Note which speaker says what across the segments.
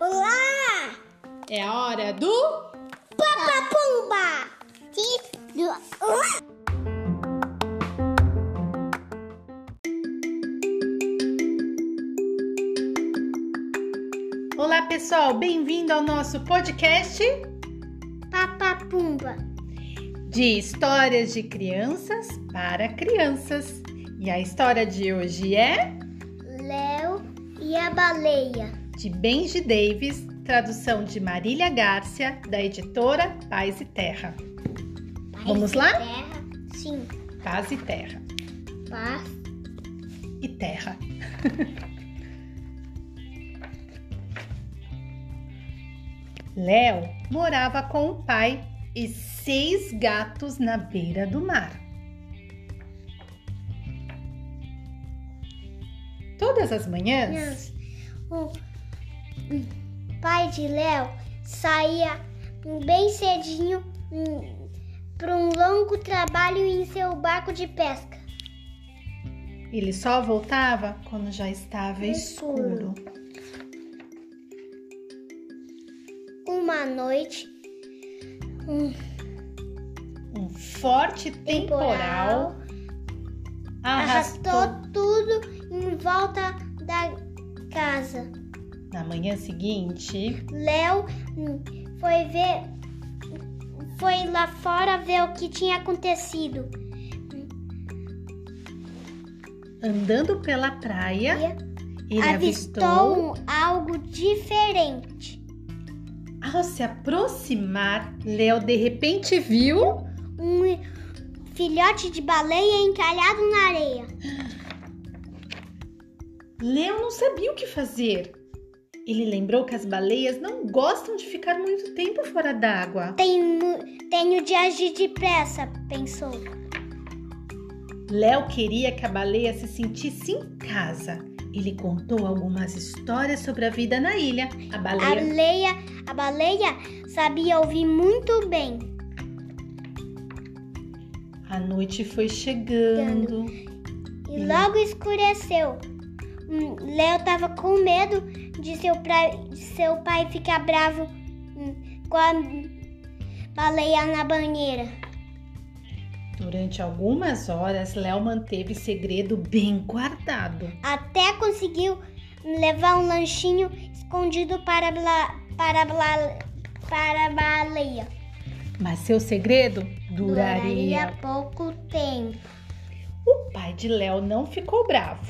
Speaker 1: Olá!
Speaker 2: É a hora do.
Speaker 1: Papa Pumba! Tito! Olá!
Speaker 2: Olá, pessoal, bem-vindo ao nosso podcast
Speaker 1: Papa Pumba!
Speaker 2: de histórias de crianças para crianças. E a história de hoje é
Speaker 1: Léo e a baleia.
Speaker 2: de Benji Davis, tradução de Marília Gárcia, da editora Paz e Terra. Vamos lá?
Speaker 1: Terra? Sim.
Speaker 2: Paz e Terra.
Speaker 1: Paz.
Speaker 2: E Terra. Léo morava com o pai e seis gatos na beira do mar. Todas as manhãs,
Speaker 1: Crianças. O pai de Léo saía bem cedinho para um longo trabalho em seu barco de pesca.
Speaker 2: ele só voltava quando já estava
Speaker 1: Escuro.
Speaker 2: escuro.
Speaker 1: Uma noite, um
Speaker 2: Um forte temporal,
Speaker 1: temporal
Speaker 2: arrastou.
Speaker 1: arrastou tudo em volta da casa.
Speaker 2: Na manhã seguinte,
Speaker 1: Léo hum, foi ver foi lá fora ver o que tinha acontecido.
Speaker 2: andando pela praia, ele avistou
Speaker 1: avistou um- algo diferente.
Speaker 2: Ao se aproximar, Léo de repente viu.
Speaker 1: Um filhote de baleia encalhado na areia.
Speaker 2: Léo não sabia o que fazer. Ele lembrou que as baleias não gostam de ficar muito tempo fora d'água.
Speaker 1: Tenho, tenho de agir depressa, pensou.
Speaker 2: Léo queria que a baleia se sentisse em casa. Ele contou algumas histórias sobre a vida na ilha. A
Speaker 1: A
Speaker 2: baleia
Speaker 1: baleia, a baleia sabia ouvir muito bem.
Speaker 2: à noite foi chegando.
Speaker 1: E logo escureceu. Hum, Léo tava com medo de seu, pra- de seu pai ficar bravo hum, com a baleia na banheira.
Speaker 2: Durante algumas horas, Léo manteve segredo bem guardado.
Speaker 1: Até conseguiu levar um lanchinho escondido para, bla- para, bla- para a baleia.
Speaker 2: Mas seu segredo duraria
Speaker 1: Duraria pouco tempo.
Speaker 2: O pai de Léo não ficou bravo.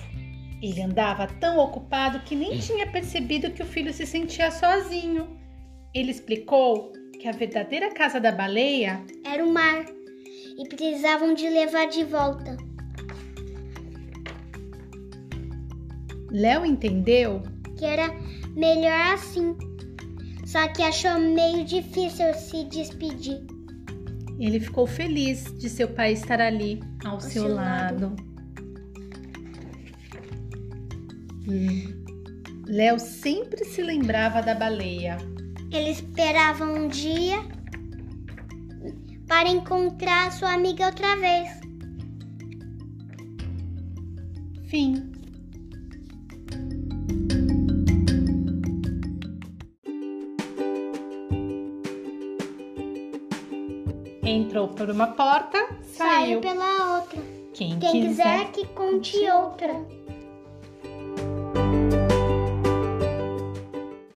Speaker 2: Ele andava tão ocupado que nem tinha percebido que o filho se sentia sozinho. Ele explicou que a verdadeira casa da baleia
Speaker 1: Era o mar e precisavam de levar de volta.
Speaker 2: Léo entendeu.
Speaker 1: que era melhor assim. Só que achou meio difícil se despedir.
Speaker 2: Ele ficou feliz de seu pai estar ali ao, seu,
Speaker 1: seu
Speaker 2: lado. Hum. Léo sempre se lembrava da baleia.
Speaker 1: Ele esperava um dia para encontrar sua amiga outra vez.
Speaker 2: Fim. Entrou por uma porta,
Speaker 1: Saiu
Speaker 2: saiu.
Speaker 1: pela outra. Quem
Speaker 2: Quem, quiser.
Speaker 1: quiser que conte outra.